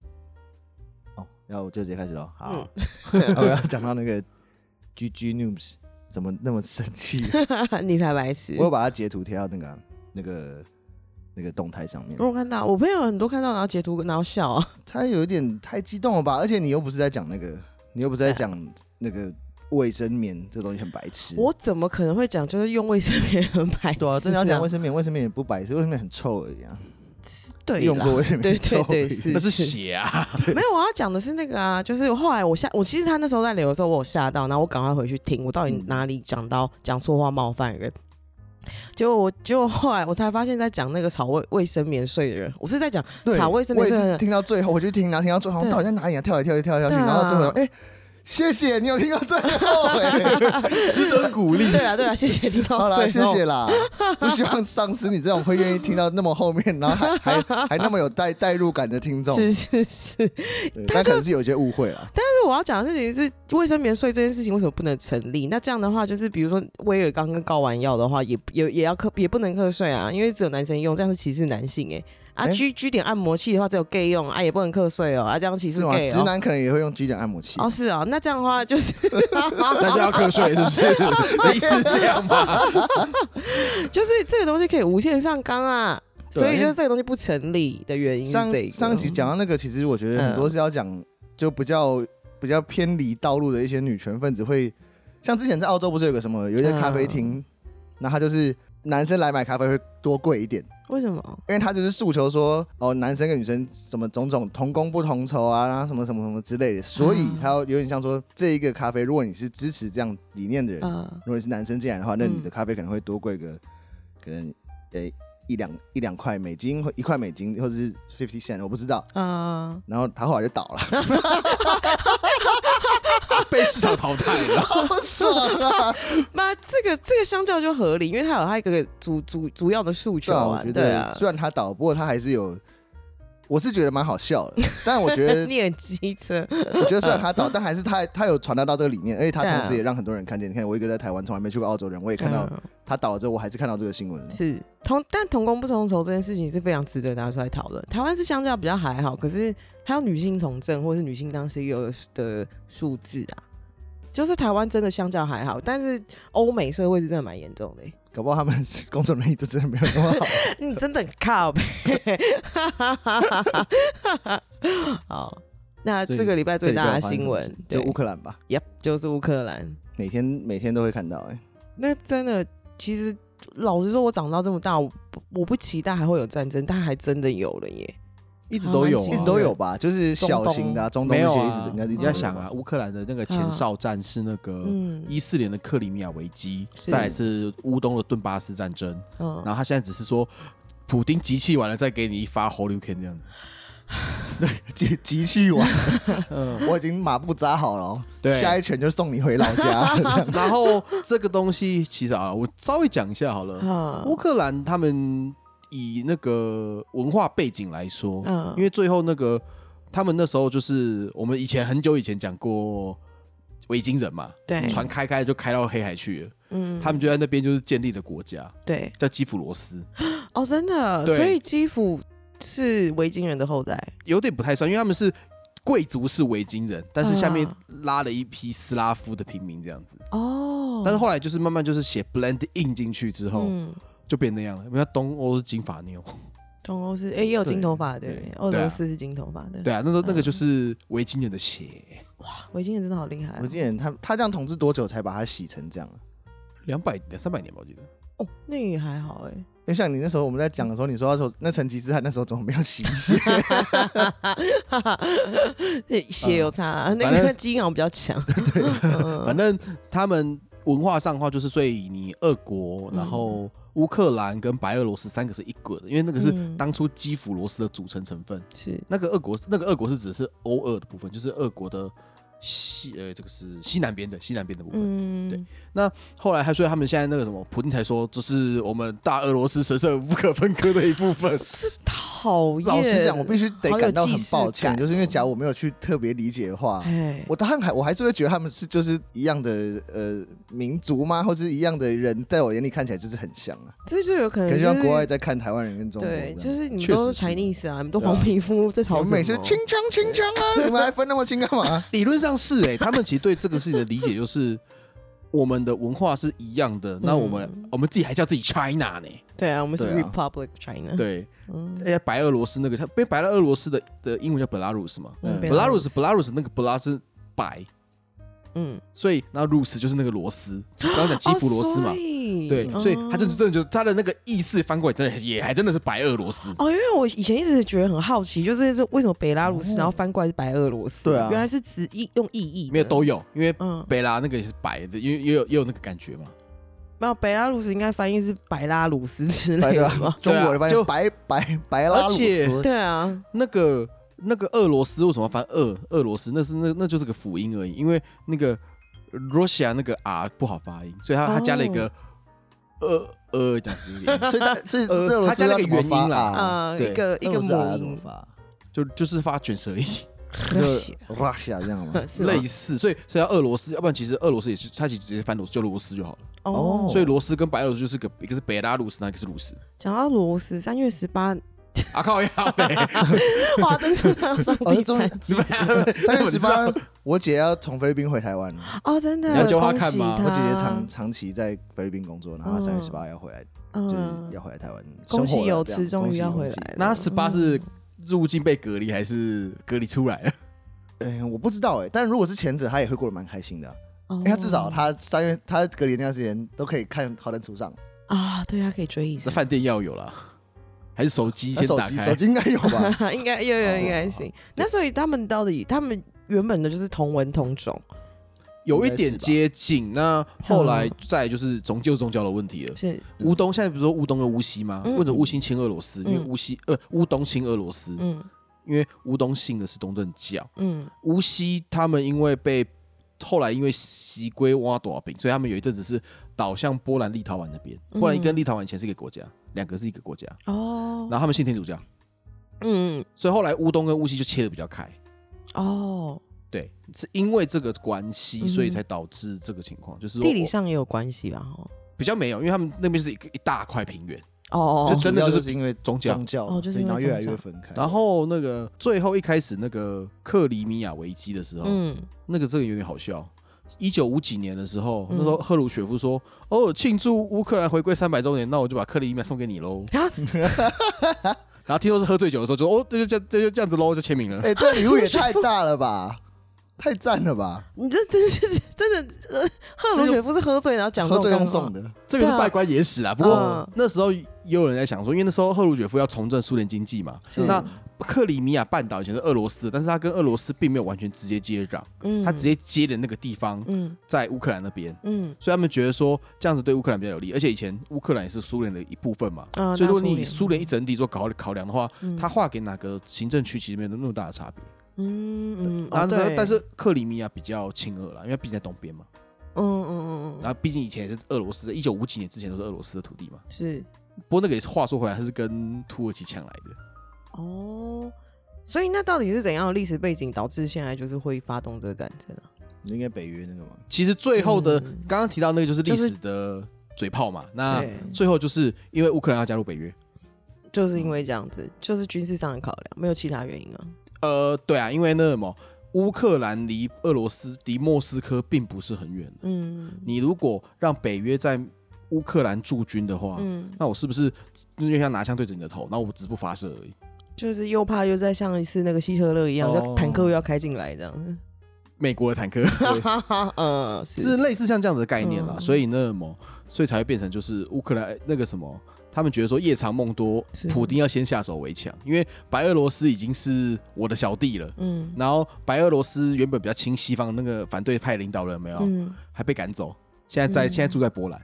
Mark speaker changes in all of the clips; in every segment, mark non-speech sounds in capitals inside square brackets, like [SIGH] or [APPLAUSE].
Speaker 1: 然后哦我就直接开始喽。好，
Speaker 2: 嗯
Speaker 1: [LAUGHS] 我要讲到那个 G G Noobs 怎么那么生
Speaker 2: [LAUGHS]
Speaker 1: 气？
Speaker 2: 你才白痴。
Speaker 1: 我有把它截图贴到那个啊、那个那个动态上面
Speaker 2: 我。有看到，我朋友很多看到然后截图然后笑啊，
Speaker 1: 他有一点太激动了吧？而且你又不是在讲那个，你又不是在讲
Speaker 2: [LAUGHS]
Speaker 1: 那个卫生棉这东西很白痴。
Speaker 2: 我怎么可能会讲就是用卫生棉很白痴？
Speaker 1: 对啊，真的要讲卫生棉，卫生棉也不白痴，卫生棉很臭而已啊。
Speaker 2: 对啦
Speaker 1: 用过卫生棉
Speaker 2: 对
Speaker 1: 很臭
Speaker 2: 对
Speaker 1: 而
Speaker 2: 对
Speaker 1: 已
Speaker 2: 是
Speaker 3: 那是血啊！
Speaker 2: 没有，我要讲的是那个啊，就是后来我吓，我其实他那时候在留的时候，我有吓到，然后我赶快回去听，我到
Speaker 1: 嗯
Speaker 2: 底哪里讲到讲错话冒犯人。结果我，结果后来我才发现，在讲那个炒卫卫生棉睡的人，我是在讲
Speaker 1: 对
Speaker 2: 炒卫生
Speaker 1: 我也
Speaker 2: 棉睡的
Speaker 1: 是
Speaker 2: 人，
Speaker 1: 听到最后，我就听，然后听到最后，
Speaker 2: 对
Speaker 1: 到底在哪里啊？跳来跳去，跳来跳去，
Speaker 2: 对啊
Speaker 1: 然后最后，哎、谢谢你有听到最后、哎， [LAUGHS] 值得鼓
Speaker 2: [LAUGHS]
Speaker 1: 励。
Speaker 2: 对啦对啦，谢谢你
Speaker 1: [LAUGHS] 好
Speaker 2: 到
Speaker 1: 啦，
Speaker 2: 哦最
Speaker 1: 谢
Speaker 2: 后，
Speaker 1: 谢啦，不希望丧失你这种会愿意听到那么后面，然后还
Speaker 2: [LAUGHS]
Speaker 1: 还还那么有代代入感的听众。
Speaker 2: 是是是。
Speaker 1: 对
Speaker 2: 他
Speaker 1: 但
Speaker 2: 就
Speaker 1: 可能是有些误会啦。
Speaker 2: 但是我要讲的事情是，卫生棉睡这件事情为什么不能成立？那这样的话，就是比如说威尔刚跟睾丸药的话，也也也要课也不能课税啊，因为只有男生用，这样是歧视男性哎、啊、
Speaker 1: 哎
Speaker 2: g G 点按摩器的话，只有 gay 用啊，也不能课税哦，啊，这样歧视
Speaker 1: 是吗？
Speaker 2: gay
Speaker 1: 直
Speaker 2: 哦。
Speaker 1: 男可能也会用 G 点按摩器。 [LAUGHS]
Speaker 2: 哦，是哦，那这样的话就是 [LAUGHS]
Speaker 3: 那就要瞌睡，是不是？意思是这样吗？
Speaker 2: 就是这个东西可以无限上纲啊，
Speaker 1: 对
Speaker 2: 所以就是这个东西不成立的原因是这
Speaker 1: 上
Speaker 2: 个。嗯
Speaker 1: 上集讲到那个，其实我觉得很多是要讲就比较比较偏离道路的一些女权分子会，像之前在澳洲不是有个什么有一些咖
Speaker 2: 嗯
Speaker 1: 啡厅，那他就是男生来买咖啡会多贵一点，
Speaker 2: 为什么？
Speaker 1: 因为他就是诉求说哦男生跟女生什么种种同工不同酬啊，然后什么什么什么之类的，所以
Speaker 2: 嗯
Speaker 1: 他有点像说这一个咖啡，如果你是支持这样理念的人，
Speaker 2: 呃，
Speaker 1: 如果你是男生进来的话，那
Speaker 2: 嗯
Speaker 1: 你的咖啡可能会多贵个，可能呃一两一两块美金，或一块美金，或者是 fifty cent，我不知道。
Speaker 2: 啊、
Speaker 1: 然后他后来就倒了，
Speaker 3: [LAUGHS] 被市场淘汰
Speaker 1: [LAUGHS]
Speaker 3: 了。
Speaker 1: 好爽啊！
Speaker 2: 那这个这个相较就合理，因为它有它一个主主主要的诉求
Speaker 1: 对啊，
Speaker 2: 啊
Speaker 1: 我，觉
Speaker 2: 对
Speaker 1: 得
Speaker 2: 啊，
Speaker 1: 虽然他倒，不过他还是有，我是觉得蛮好笑的。但我觉得，
Speaker 2: [LAUGHS] 你很机 [LAUGHS] 车，
Speaker 1: 我觉得虽然他倒，但还是他他有传达到这个理念，而且他
Speaker 2: 对啊
Speaker 1: 同时也让很多人看见。你看，我一个在台湾从来没去过澳洲人，我也看到
Speaker 2: 嗯
Speaker 1: 他倒了之后，我还是看到这个新闻。
Speaker 2: 是同但同工不同酬这件事情是非常值得拿出来讨论。台湾是相较比较还好，可是还有女性从政或是女性当 CEO 的数字啊，就是台湾真的相较还好，但是欧美社会是真的蛮严重的欸、 [LAUGHS]
Speaker 1: 搞不好他们 [LAUGHS] 是工作能力就真的没有那么好。
Speaker 2: 你真的很靠背， [LAUGHS] 好。那
Speaker 1: 所以
Speaker 2: 这个礼拜啊最大的
Speaker 1: 这礼拜
Speaker 2: 新
Speaker 1: 有发生
Speaker 2: 闻
Speaker 1: 什么事，
Speaker 2: 对
Speaker 1: 就乌克兰吧，
Speaker 2: ，yep，就是乌克兰。
Speaker 1: 每天每天都会看到哎、
Speaker 2: 那真的，其实老实说，我长到这么大，我不我不期待还会有战争，但还真的有了耶。
Speaker 3: 一直都有啊，
Speaker 2: 一
Speaker 1: 一直都有吧，就是小型的、啊、中东
Speaker 3: 没
Speaker 1: 那
Speaker 3: 有
Speaker 1: 些，一
Speaker 3: 啊
Speaker 1: 直都应该是一
Speaker 3: 你
Speaker 1: 直
Speaker 3: 在
Speaker 1: 都有
Speaker 3: 想啊，乌克兰的那个前哨战是那个
Speaker 2: 嗯
Speaker 3: 一四年的克里米亚危机，
Speaker 2: 是
Speaker 3: 再来是乌东的顿巴斯战争，
Speaker 2: 嗯
Speaker 3: 然后他现在只是说。普丁集气完了，再给你一发 h o l u c a n 这样子。 [LAUGHS]
Speaker 1: 集集气完，
Speaker 3: 嗯，
Speaker 1: 我已经马步扎好了哦，
Speaker 3: 对
Speaker 1: 下一拳就送你回老家。
Speaker 2: [LAUGHS]
Speaker 1: 这样
Speaker 3: 然后这个东西其实啊，我稍微讲一下好了。
Speaker 2: 啊
Speaker 3: 乌克兰他们以那个文化背景来说，
Speaker 2: 嗯
Speaker 3: 因为最后那个他们那时候就是我们以前很久以前讲过维京人嘛，
Speaker 2: 对
Speaker 3: 船开开就开到黑海去了，
Speaker 2: 嗯，
Speaker 3: 他们就在那边就是建立的国家
Speaker 2: 对
Speaker 3: 叫基辅罗斯，
Speaker 2: 哦，真的，
Speaker 3: 对
Speaker 2: 所以基辅是维京人的后代，
Speaker 3: 有点不太算，因为他们是。贵族是维京人，但是下面
Speaker 2: 啊
Speaker 3: 拉了一批斯拉夫的平民这样子，
Speaker 2: 哦，
Speaker 3: 但是后来就是慢慢就是写 blend in 进去之后，
Speaker 2: 嗯，
Speaker 3: 就变那样了。因为东欧是金发妞，
Speaker 2: 东欧是哎也有金头发的，
Speaker 3: 对
Speaker 2: 对
Speaker 3: 对
Speaker 2: 俄罗斯是金头发的，
Speaker 3: 对啊，那时候那
Speaker 2: 嗯
Speaker 3: 个就是维京人的血，
Speaker 2: 维京人真的好厉害哦，
Speaker 1: 我记得他他这样统治多久才把他洗成这样啊？
Speaker 3: 两百两三百年吧，我记得。
Speaker 2: 哦，那也还好哎，
Speaker 1: 就像你那时候我们在讲的时候，你说那时候那成吉思汗那时候怎么没有洗一
Speaker 2: [LAUGHS]
Speaker 1: 洗？
Speaker 2: 那血有差啊，那
Speaker 3: 嗯反
Speaker 2: 个
Speaker 3: 正
Speaker 2: 基因好像比较强，嗯
Speaker 3: 反正他们文化上的话，就是所以你俄国，
Speaker 2: 嗯
Speaker 3: 然后乌克兰跟白俄罗斯三个是一个的，因为那个是
Speaker 2: 嗯
Speaker 3: 当初基辅罗斯的组成成分。
Speaker 2: 是
Speaker 3: 那个俄国，那个俄国是指的是欧俄的部分，就是俄国的西呃这个是西南边的西南边的部分。
Speaker 2: 嗯，
Speaker 3: 对后来他所以他们现在那个什么普京才说，这是我们大俄罗斯神圣无可分割的一部
Speaker 2: [LAUGHS]
Speaker 3: 分。
Speaker 2: 讨厌。
Speaker 1: 老实讲，我必须得感到
Speaker 2: 好有
Speaker 1: 很
Speaker 2: 既视
Speaker 1: 抱歉，
Speaker 2: 感
Speaker 1: 就是因为假如我没有去特别理解的话，
Speaker 2: 哎，
Speaker 1: 我当然还我还是会觉得他们是就是一样的呃民族吗，或者是一样的人，在我眼里看起来就是很像啊。
Speaker 2: 这就有可
Speaker 1: 可
Speaker 2: 能
Speaker 1: 是
Speaker 2: 就
Speaker 1: 像
Speaker 2: 是
Speaker 1: 国外在看台湾人跟中国这
Speaker 2: 对，
Speaker 1: 样，
Speaker 2: 就是你们
Speaker 3: 确
Speaker 2: 都
Speaker 3: 实是
Speaker 2: Chinese 啊，你们都
Speaker 3: 对啊
Speaker 2: 黄皮肤， [LAUGHS] 在
Speaker 1: 我
Speaker 2: 吵
Speaker 1: 们
Speaker 2: 什么？
Speaker 1: 每次清腔清腔啊，你们还分那么清干
Speaker 2: [LAUGHS]
Speaker 1: 嘛？
Speaker 3: 理论上是哎、他们其实对这个事情的理解就是。我们的文化是一样的，那我们、
Speaker 2: 嗯
Speaker 3: 我们自己还叫自己 China 呢？
Speaker 2: 对啊，我们是
Speaker 1: 对啊
Speaker 2: Republic China。
Speaker 3: 对，
Speaker 2: 嗯，
Speaker 3: 哎、呀，白俄罗斯那个，它被白俄罗斯的的英文叫 Belarus 嘛
Speaker 2: 嗯
Speaker 3: ，Belarus Belarus 那个 Belarus 是白，
Speaker 2: 嗯，
Speaker 3: 所以那 Rus 就是那个螺丝，刚刚讲基辅罗斯嘛
Speaker 2: 哦，
Speaker 3: 对，所以他就。
Speaker 2: 所
Speaker 3: 是真的就是他的那个意思翻过来，真的也还真的是白俄罗斯。
Speaker 2: 哦，因为我以前一直觉得很好奇，就是这为什么北拉鲁斯，然后翻过来是白俄罗斯？
Speaker 1: 对啊
Speaker 2: 原来是指意用意义的。
Speaker 3: 哦没有都有，因为
Speaker 2: 嗯，
Speaker 3: 贝拉那个也是白的，因为也有也有那个感觉嘛。
Speaker 2: 没有北拉鲁斯应该翻译是白拉鲁斯之类的吧？
Speaker 1: 中国
Speaker 3: 对啊
Speaker 1: 人发
Speaker 3: 就
Speaker 1: 现白白白拉鲁
Speaker 3: 而且
Speaker 1: 斯，
Speaker 2: 对啊，
Speaker 3: 那个那个俄罗斯为什么要翻俄俄罗斯？那是那那就是个辅音而已，因为那个 Russia 那个 R 不好发音，所以他他加了一个
Speaker 2: 哦
Speaker 3: 呃呃这样子一点，
Speaker 1: 所以他所以
Speaker 2: 呃
Speaker 1: 俄罗
Speaker 3: 他
Speaker 1: 斯
Speaker 3: 加了
Speaker 1: 要
Speaker 3: 个
Speaker 1: 怎么
Speaker 3: 元音
Speaker 1: 发
Speaker 3: 啦
Speaker 1: 啊，
Speaker 2: 呃，
Speaker 3: 对
Speaker 2: 一个一个母
Speaker 3: 啊
Speaker 2: 音，
Speaker 3: 就就是发卷舌音。
Speaker 2: [LAUGHS]
Speaker 1: 就
Speaker 2: 写
Speaker 1: Russia 这样
Speaker 2: [LAUGHS]
Speaker 1: 吗？
Speaker 2: 是吗
Speaker 3: 类似，所以所以要俄罗斯，要不然其实俄罗斯也是，它其实直接翻罗就俄罗斯就好了。
Speaker 1: 哦
Speaker 3: 所以罗斯跟白俄罗斯就是个一个是北拉鲁斯，那一个是鲁斯。
Speaker 2: 讲到罗斯，三月十八，
Speaker 3: 啊靠呀！
Speaker 2: [LAUGHS] 华灯初上要上
Speaker 1: 哦 [LAUGHS]
Speaker 2: 第
Speaker 1: 是中
Speaker 2: 三季
Speaker 1: [LAUGHS] 三月十八，我姐要从菲律宾回台湾了。
Speaker 2: 哦，真的，
Speaker 3: 你要教他看吗
Speaker 2: 恭喜
Speaker 1: 我姐姐
Speaker 2: 他
Speaker 1: 长长期在菲律宾工作，然后她三月十八要回来，就是要
Speaker 2: 嗯，
Speaker 1: 回来台湾生活了。
Speaker 2: 恭喜有
Speaker 1: 这样
Speaker 2: 词，终于要回来。
Speaker 1: 恭喜
Speaker 2: 了。嗯
Speaker 3: 那十八是入境被隔离还是隔离出来了？
Speaker 1: 恭喜哎，我不知道哎，但如果是前者，她也会过得蛮开心的啊，
Speaker 2: 嗯，
Speaker 1: 因
Speaker 2: 因
Speaker 1: 为她至少她三月她隔离那段时间都可以看《好人图上》，
Speaker 2: 啊，对他可以追一
Speaker 3: 那
Speaker 2: 下，
Speaker 3: 饭店要有啦，还是手机
Speaker 1: 那
Speaker 3: 先
Speaker 1: 呃手
Speaker 3: 打
Speaker 1: 机手
Speaker 3: 开？
Speaker 1: 机应该有吧？
Speaker 2: [LAUGHS] [LAUGHS] 应该有
Speaker 1: 哦
Speaker 2: 有应该行。那所以他们到底他们原本的就是同文同种，
Speaker 3: 有一点接近。那后来再就是宗教宗教的问题了。
Speaker 2: 是
Speaker 1: 嗯
Speaker 3: 乌东现在不是说乌东跟乌西吗？
Speaker 2: 嗯
Speaker 3: 或者乌西亲俄罗斯，因为
Speaker 2: 嗯
Speaker 3: 乌西呃乌东亲俄罗斯，
Speaker 2: 嗯
Speaker 3: 因为乌东信的是东正教。
Speaker 2: 嗯
Speaker 3: 无锡他们因为被后来因为西归挖多少兵，所以他们有一阵子是倒向波兰、立陶宛那边。
Speaker 2: 嗯
Speaker 3: 波兰跟立陶宛以前是一个国家，两个是一个国家，
Speaker 2: 哦
Speaker 3: 然，后他们信天主教，
Speaker 2: 嗯
Speaker 3: 所以后来乌东跟乌西就切的比较开。
Speaker 2: 哦，
Speaker 3: 对，是因为这个关系，
Speaker 2: 嗯
Speaker 3: 所以才导致这个情况，就是
Speaker 2: 地理
Speaker 3: 我
Speaker 2: 上也有关系吧？哦
Speaker 3: 比较没有，因为他们那边是一个一大块平原，
Speaker 2: 哦
Speaker 3: 就
Speaker 2: 哦
Speaker 3: 真的
Speaker 1: 主
Speaker 3: 就
Speaker 1: 要
Speaker 3: 是
Speaker 1: 是因为
Speaker 3: 宗教
Speaker 1: 宗。教，嗯
Speaker 2: 哦就是因为
Speaker 1: 然后越来
Speaker 2: 宗
Speaker 1: 越
Speaker 2: 教
Speaker 1: 分开。
Speaker 3: 然后那个最后一开始那个克里米亚危机的时候，
Speaker 2: 嗯
Speaker 3: 那个这个有点好笑。一九五几年的时候，
Speaker 2: 嗯
Speaker 3: 那时候赫鲁雪夫说：“哦，庆祝乌克兰回归三百周年，那我就把克里米亚送给你喽。
Speaker 1: 嗯
Speaker 2: 啊，”
Speaker 3: 然后听说是喝醉酒的时候，就哦，这就这这就这样子喽，就签名
Speaker 1: [LAUGHS]
Speaker 3: 了。
Speaker 1: 哎，这礼物
Speaker 2: [LAUGHS]
Speaker 1: 也太大了吧，太赞了吧！
Speaker 2: 你这真是真的，呃赫鲁雪夫是喝醉然后讲这
Speaker 1: 喝
Speaker 2: 种
Speaker 1: 醉用
Speaker 2: 干话
Speaker 1: 送的，
Speaker 3: 这个是
Speaker 2: 对啊
Speaker 3: 拜官野史啦。不过
Speaker 2: 嗯
Speaker 3: 那时候也有人在想说，因为那时候赫鲁雪夫要重振苏联经济嘛，
Speaker 1: 嗯
Speaker 2: 是
Speaker 3: 那克里米亚半岛以前是俄罗斯的，但是他跟俄罗斯并没有完全直接接壤，
Speaker 2: 嗯
Speaker 3: 他直接接的那个地方
Speaker 2: 嗯
Speaker 3: 在乌克兰那边。
Speaker 2: 嗯
Speaker 3: 所以他们觉得说这样子对乌克兰比较有利，而且以前乌克兰也是苏联的一部分嘛，
Speaker 2: 啊，
Speaker 3: 所以如果
Speaker 2: 那
Speaker 3: 你以
Speaker 2: 联
Speaker 3: 苏联一整体做考考量的话，
Speaker 2: 嗯
Speaker 3: 他划给哪个行政区其实没有那么大的差别。
Speaker 2: 嗯嗯，哦
Speaker 3: 但是
Speaker 2: 对
Speaker 3: 但是克里米亚比较亲俄啦，因为毕竟在东边嘛，
Speaker 2: 嗯嗯嗯嗯
Speaker 3: 然后毕竟以前也是俄罗斯的，一九五几年之前都是俄罗斯的土地嘛。
Speaker 2: 是
Speaker 3: 不过那个也是话说回来，它是跟土耳其抢来的。
Speaker 2: 哦。所以那到底是怎样的历史背景导致现在就是会发动这个战争啊？
Speaker 1: 你应该北约那个吗？
Speaker 3: 其实最后的
Speaker 2: 嗯
Speaker 3: 刚刚提到那个就是历
Speaker 2: 就是
Speaker 3: 史的嘴炮嘛，那
Speaker 2: 对，
Speaker 3: 最后就是因为乌克兰要加入北约，
Speaker 2: 就是
Speaker 3: 嗯
Speaker 2: 因为这样子，就是军事上的考量，没有其他原因啊。
Speaker 3: 呃，对啊，因为那什么，乌克兰离俄罗斯离莫斯科并不是很远的。
Speaker 2: 嗯
Speaker 3: 你如果让北约在乌克兰驻军的话，
Speaker 2: 嗯，
Speaker 3: 那我是不是就像拿枪对着你的头，然后我只是不发射而已？
Speaker 2: 就是又怕又再像一次那个希特勒一样，
Speaker 1: 哦
Speaker 2: 就坦克又要开进来这样。
Speaker 3: 美国的坦克 [LAUGHS]
Speaker 2: 嗯，是
Speaker 3: 是类似像这样子的概念啦，
Speaker 2: 嗯
Speaker 3: 所以那么，所以才会变成就是乌克兰那个什么，他们觉得说夜长梦多
Speaker 2: 是，
Speaker 3: 普丁要先下手为强，因为白俄罗斯已经是我的小弟了。
Speaker 2: 嗯
Speaker 3: 然后白俄罗斯原本比较亲西方的那个反对派领导人有没有，
Speaker 2: 嗯
Speaker 3: 还被赶走，现在在、
Speaker 2: 嗯
Speaker 3: 现在住在波兰，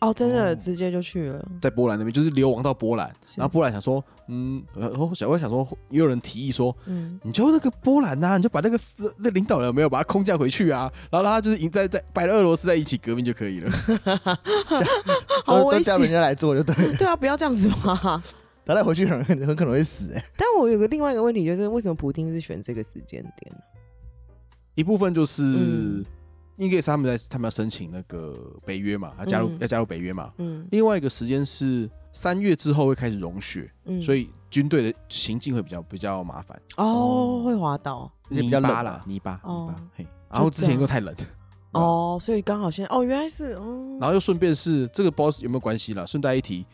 Speaker 2: 哦，真的
Speaker 3: 哦
Speaker 2: 直接就去了，
Speaker 3: 在波兰那边，就是流亡到波兰，
Speaker 2: 是
Speaker 3: 然后波兰想说，嗯，然后小薇想说，也有人提议说，
Speaker 2: 嗯， [LAUGHS]
Speaker 3: 你就那个波兰呐、你就把那个呃那领导人有没有把他空降回去啊，然后让他就是赢在在摆了俄罗斯在一起革命就可以了。
Speaker 2: 好
Speaker 1: 都都
Speaker 2: 危
Speaker 1: 叫人
Speaker 2: 险，
Speaker 1: 家来做就对了，
Speaker 2: 对啊，不要这样子嘛。
Speaker 1: 他带回去很 [LAUGHS] 很可能会死哎、
Speaker 2: 但我有个另外一个问题，就是为什么普丁是选这个时间点？
Speaker 3: 一部分就是、
Speaker 2: 嗯
Speaker 3: 应该是他们在他们要申请那个北约嘛，要加入、
Speaker 2: 嗯
Speaker 3: 要加入北约嘛。
Speaker 2: 嗯
Speaker 3: 另外一个时间是三月之后会开始融雪，
Speaker 2: 嗯，
Speaker 3: 所
Speaker 2: 以
Speaker 3: 以军队的行进会比较比较麻烦，
Speaker 2: 哦会滑倒
Speaker 1: 而且比较
Speaker 3: 泥
Speaker 1: 冷
Speaker 3: 巴啦
Speaker 1: 啊，
Speaker 3: 泥巴，泥
Speaker 2: 哦
Speaker 3: 巴。嘿，然后之前又太冷，
Speaker 2: 哦，所以刚好现在哦原来是
Speaker 3: 然
Speaker 2: 哦，
Speaker 3: 后又顺便是这个不知道有没有关系啦，顺带一提，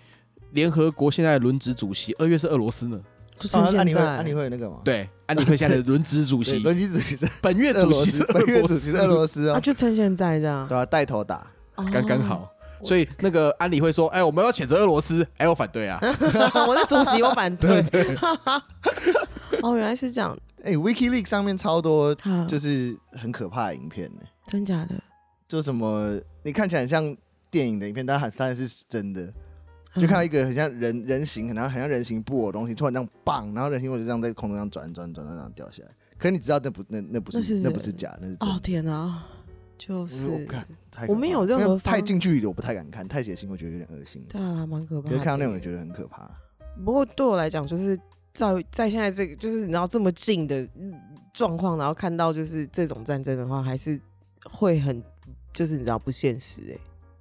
Speaker 3: 联合国现在的轮值主席二月是俄罗斯呢，
Speaker 2: 就
Speaker 1: 啊
Speaker 2: 是
Speaker 1: 那
Speaker 2: 现
Speaker 1: 你会那
Speaker 2: 在
Speaker 1: 你会那个吗？
Speaker 3: 对，安理会现在的轮值
Speaker 1: [LAUGHS]
Speaker 3: 主
Speaker 1: 对，
Speaker 3: 席，
Speaker 1: 轮机主席
Speaker 2: [LAUGHS]
Speaker 1: 是
Speaker 3: 本
Speaker 1: [LAUGHS]
Speaker 3: 月
Speaker 1: 俄
Speaker 3: 主
Speaker 1: 罗
Speaker 3: 席是
Speaker 1: 斯，
Speaker 3: 俄
Speaker 1: 月
Speaker 3: 罗
Speaker 1: 主席是俄
Speaker 3: 斯，
Speaker 1: 罗斯
Speaker 2: 啊
Speaker 1: 哦，
Speaker 2: 就趁现在这样
Speaker 1: 对，啊，带头打，
Speaker 2: 哦
Speaker 3: 刚刚好。所以那个安理会说，哎，我们要谴责俄罗斯，哎，我反对啊，
Speaker 2: [LAUGHS] 我是主席，我反对。 [LAUGHS] 哦，原来是这样，
Speaker 1: 哎、w i k i l e a k 上面超多
Speaker 2: 好，
Speaker 1: 就是很可怕的影片欸呢、
Speaker 2: 真假的，
Speaker 1: 就什么你看起来很像电影的影片，但它当然是真的。
Speaker 2: 嗯
Speaker 1: 就看到一个很像人人形，然后很像人形布偶的东西，突然这样棒，然后人形布偶就这样在空中这样转转转转这样掉下来。可是你知道那不那那不是
Speaker 2: 那是
Speaker 1: 那不是假，那是真
Speaker 2: 哦
Speaker 1: 的。
Speaker 2: 天啊，就是
Speaker 1: 我看太可怕
Speaker 2: 我没有任何
Speaker 1: 因为太
Speaker 2: 方
Speaker 1: 近距离的我不太敢看，太血腥我觉得有点恶心。
Speaker 2: 对啊，蛮可
Speaker 1: 可
Speaker 2: 怕的
Speaker 1: 是
Speaker 2: 耶。
Speaker 1: 看到那种也觉得很可怕。
Speaker 2: 不过对我来讲，就是在在现在这个，就是你知道这么近的嗯状况，然后看到就是这种战争的话，还是会很就是你知道不现实哎、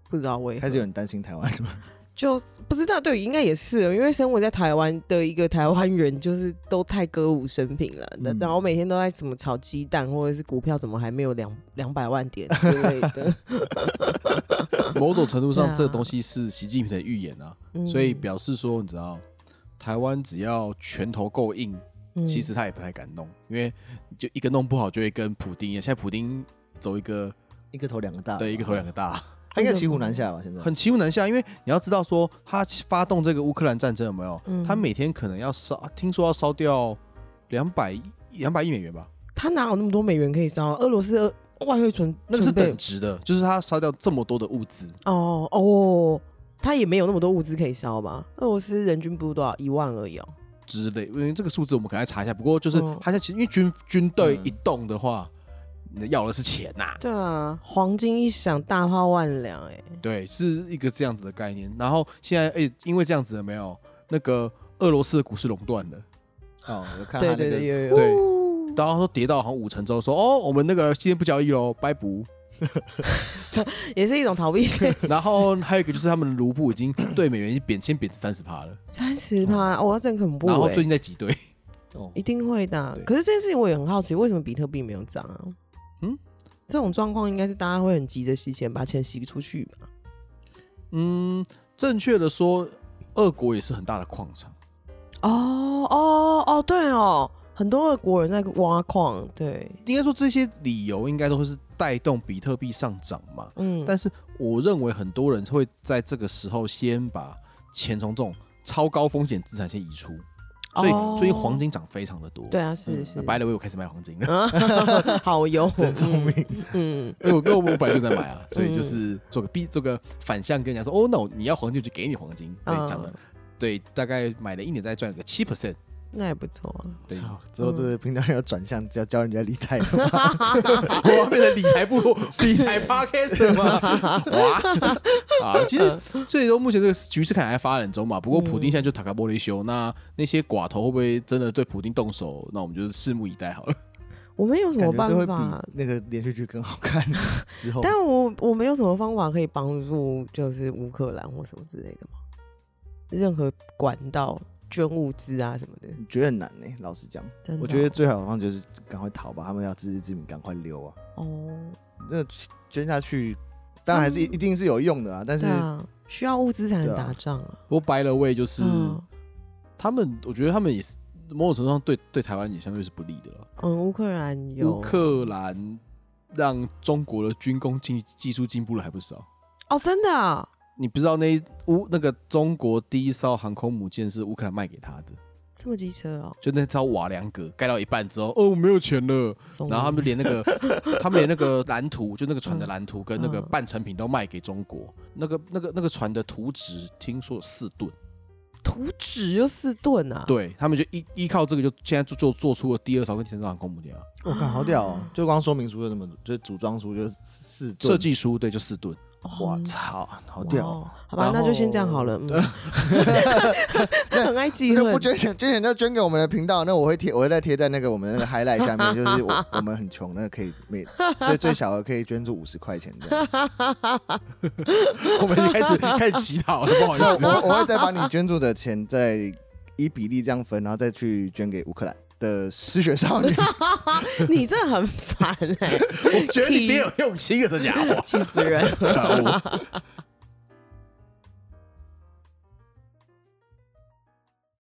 Speaker 2: 不知道为
Speaker 1: 开
Speaker 2: 何
Speaker 1: 始有人担心台湾是吗？
Speaker 2: 就不知道对，应该也是哦，因为生活在台湾的一个台湾人，就是都太歌舞升平了，
Speaker 1: 嗯
Speaker 2: 然后每天都在怎么炒鸡蛋或者是股票怎么还没有两两百万点之类
Speaker 3: [LAUGHS]
Speaker 2: 的，
Speaker 3: [LAUGHS] 某种程度
Speaker 2: 对
Speaker 3: 上，
Speaker 2: 啊
Speaker 3: 这个东西是习近平的预言啊，
Speaker 2: 嗯
Speaker 3: 所以表示说，你知道，台湾只要拳头够硬，
Speaker 2: 嗯
Speaker 3: 其实他也不太敢弄，因为就一个弄不好就会跟普丁一样，现在普丁走一个
Speaker 1: [LAUGHS] 一个头两个大，
Speaker 3: 对一个头两个大，
Speaker 1: 他应该骑虎难下吧？现在
Speaker 3: 很骑虎难下，因为你要知道说他发动这个乌克兰战争有没有
Speaker 2: 嗯？
Speaker 3: 他每天可能要烧，听说要烧掉两百两百亿美元吧，
Speaker 2: 他哪有那么多美元可以烧啊？俄罗斯俄外汇存
Speaker 3: 那个是
Speaker 2: 准备
Speaker 3: 等值的，就是他烧掉这么多的物资，
Speaker 2: 哦哦，他也没有那么多物资可以烧吧？俄罗斯人均不多少一万而已哦。
Speaker 3: 之类，因为这个数字我们可能要查一下。不过就是
Speaker 2: 嗯
Speaker 3: 他现在其实因为军军队
Speaker 1: 嗯
Speaker 3: 一动的话，你要的是钱呐、
Speaker 2: 对啊，黄金一响，大炮万两哎、
Speaker 3: 对，是一个这样子的概念。然后现在诶、因为这样子了没有，那个俄罗斯的股市垄断了，
Speaker 1: 哦，我看他
Speaker 2: 对
Speaker 1: 那
Speaker 2: 对对，
Speaker 1: 个
Speaker 2: 有有有。
Speaker 3: 对，然后说跌到好像五成之后说哦，我们那个今天不交易喽，
Speaker 2: [LAUGHS]
Speaker 3: 拜补。
Speaker 2: [LAUGHS] 也是一种逃避现实。
Speaker 3: [LAUGHS] 然后还有一个就是他们的卢布已经对美元已经贬，先贬值三十趴了，
Speaker 2: 三十趴，哇，这很恐怖
Speaker 3: 然后
Speaker 2: 哎、
Speaker 3: 最近在挤兑，
Speaker 1: 哦
Speaker 2: 一定会的啊
Speaker 3: 对。
Speaker 2: 可是这件事情我也很好奇，为什么比特币没有涨啊？嗯
Speaker 3: 嗯，
Speaker 2: 这种状况应该是大家会很急着洗钱，把钱洗出去吧？
Speaker 3: 嗯，正确的说，俄国也是很大的矿场。
Speaker 2: 哦哦哦，对哦，很多俄国人在挖矿，对，
Speaker 3: 应该说这些理由应该都是带动比特币上涨嘛。
Speaker 2: 嗯，
Speaker 3: 但是我认为很多人会在这个时候先把钱从这种超高风险资产先移出，所
Speaker 2: 哦
Speaker 3: 以最近黄金涨非常的多。
Speaker 2: 对，啊，是
Speaker 1: 嗯
Speaker 2: 是，
Speaker 3: 白了我又开始卖黄金了，
Speaker 2: 啊， [LAUGHS] 好油，
Speaker 3: [LAUGHS]
Speaker 2: 真聪明。嗯，
Speaker 3: 因为我因为我我本来就在买啊，所以就是做个避做个反向跟人家说，哦，那我你要黄金我就给你黄金，对，
Speaker 2: 嗯
Speaker 3: 涨了，对，大概买了一年再赚个七 percent，
Speaker 2: 那也不错啊。
Speaker 3: 对，
Speaker 1: 操，之后这
Speaker 2: 嗯
Speaker 1: 个频道要转向教教人家理财了。
Speaker 3: 我要变成理财部落理财 podcast 吗？哇啊！其实最终目前这个局势看起来还发展中嘛。不过普丁现在就塔卡波雷修，那那些寡头会不会真的对普丁动手？那我们就是拭目以待好了。
Speaker 2: 我没有什么
Speaker 1: 感
Speaker 2: 办
Speaker 1: 觉这会
Speaker 2: 法，
Speaker 1: 比那个连续剧更好看。 [LAUGHS] 之后，
Speaker 2: 但我我没有什么方法可以帮助，就是乌克兰或什么之类的嘛。任何管道捐物资啊什么的，
Speaker 1: 觉得很难呢、老实讲，
Speaker 2: 真的哦、
Speaker 1: 我觉得最好的方法就是赶快逃吧，他们要自知之明，赶快溜啊！
Speaker 2: 哦，
Speaker 1: 那捐下去，当然还是一
Speaker 2: 嗯
Speaker 1: 一定是有用的啦，但是
Speaker 2: 对啊，需要物资才能
Speaker 1: 对啊
Speaker 2: 打仗啊。
Speaker 3: 不过 by the way，就是
Speaker 2: 嗯
Speaker 3: 他们，我觉得他们也是某种程度上对对台湾也相对是不利的了。
Speaker 2: 嗯，乌克兰有
Speaker 3: 乌克兰让中国的军工技技术进步了还不少。
Speaker 2: 哦，真的啊
Speaker 3: 你不知道那一乌那个中国第一艘航空母舰是乌克兰卖给他的，
Speaker 2: 这么机车哦，
Speaker 3: 就那艘瓦良格盖到一半之后，哦，没有钱了，
Speaker 2: 送
Speaker 3: 然后他们连那个他们连那个蓝图，就那个船的蓝图跟那个
Speaker 2: 嗯
Speaker 3: 半成品都卖给中国。那个那个那个船的图纸听说有四吨，
Speaker 2: 图纸又四吨啊，
Speaker 3: 对他们就依依靠这个就现在就就做出了第二艘跟前艘航空母舰啊，
Speaker 1: 我靠，好屌
Speaker 2: 嗯
Speaker 1: 哦！就光说明书就这么，就组装书就四吨
Speaker 3: 设，计书对就四吨。
Speaker 1: 我
Speaker 2: 嗯
Speaker 1: 操，好
Speaker 2: 哇
Speaker 1: 屌哦！
Speaker 2: 哦！ [LAUGHS] 好吧，
Speaker 3: 然
Speaker 2: 那就先这样
Speaker 3: 后
Speaker 2: 好了。嗯 [LAUGHS] 很爱记
Speaker 1: [LAUGHS] 那
Speaker 2: 恨啊
Speaker 1: 不，捐钱，捐钱就捐给我们的频道。那我会贴，我会再贴在那个我们那个 highlight 下面，就是我 [LAUGHS] 我们很穷，那个可以每最最小的可以捐助五十块钱这样。
Speaker 3: 我们已经开始开始祈祷了，不好意
Speaker 1: 那
Speaker 3: 思。 [LAUGHS]
Speaker 1: 我我会再把你捐助的钱再以比例这样分，然后再去捐给乌克兰的失学少女。
Speaker 2: 你这很烦哎、，
Speaker 3: 我觉得你别有用心了，这家伙
Speaker 2: 气死人！
Speaker 3: 可恶！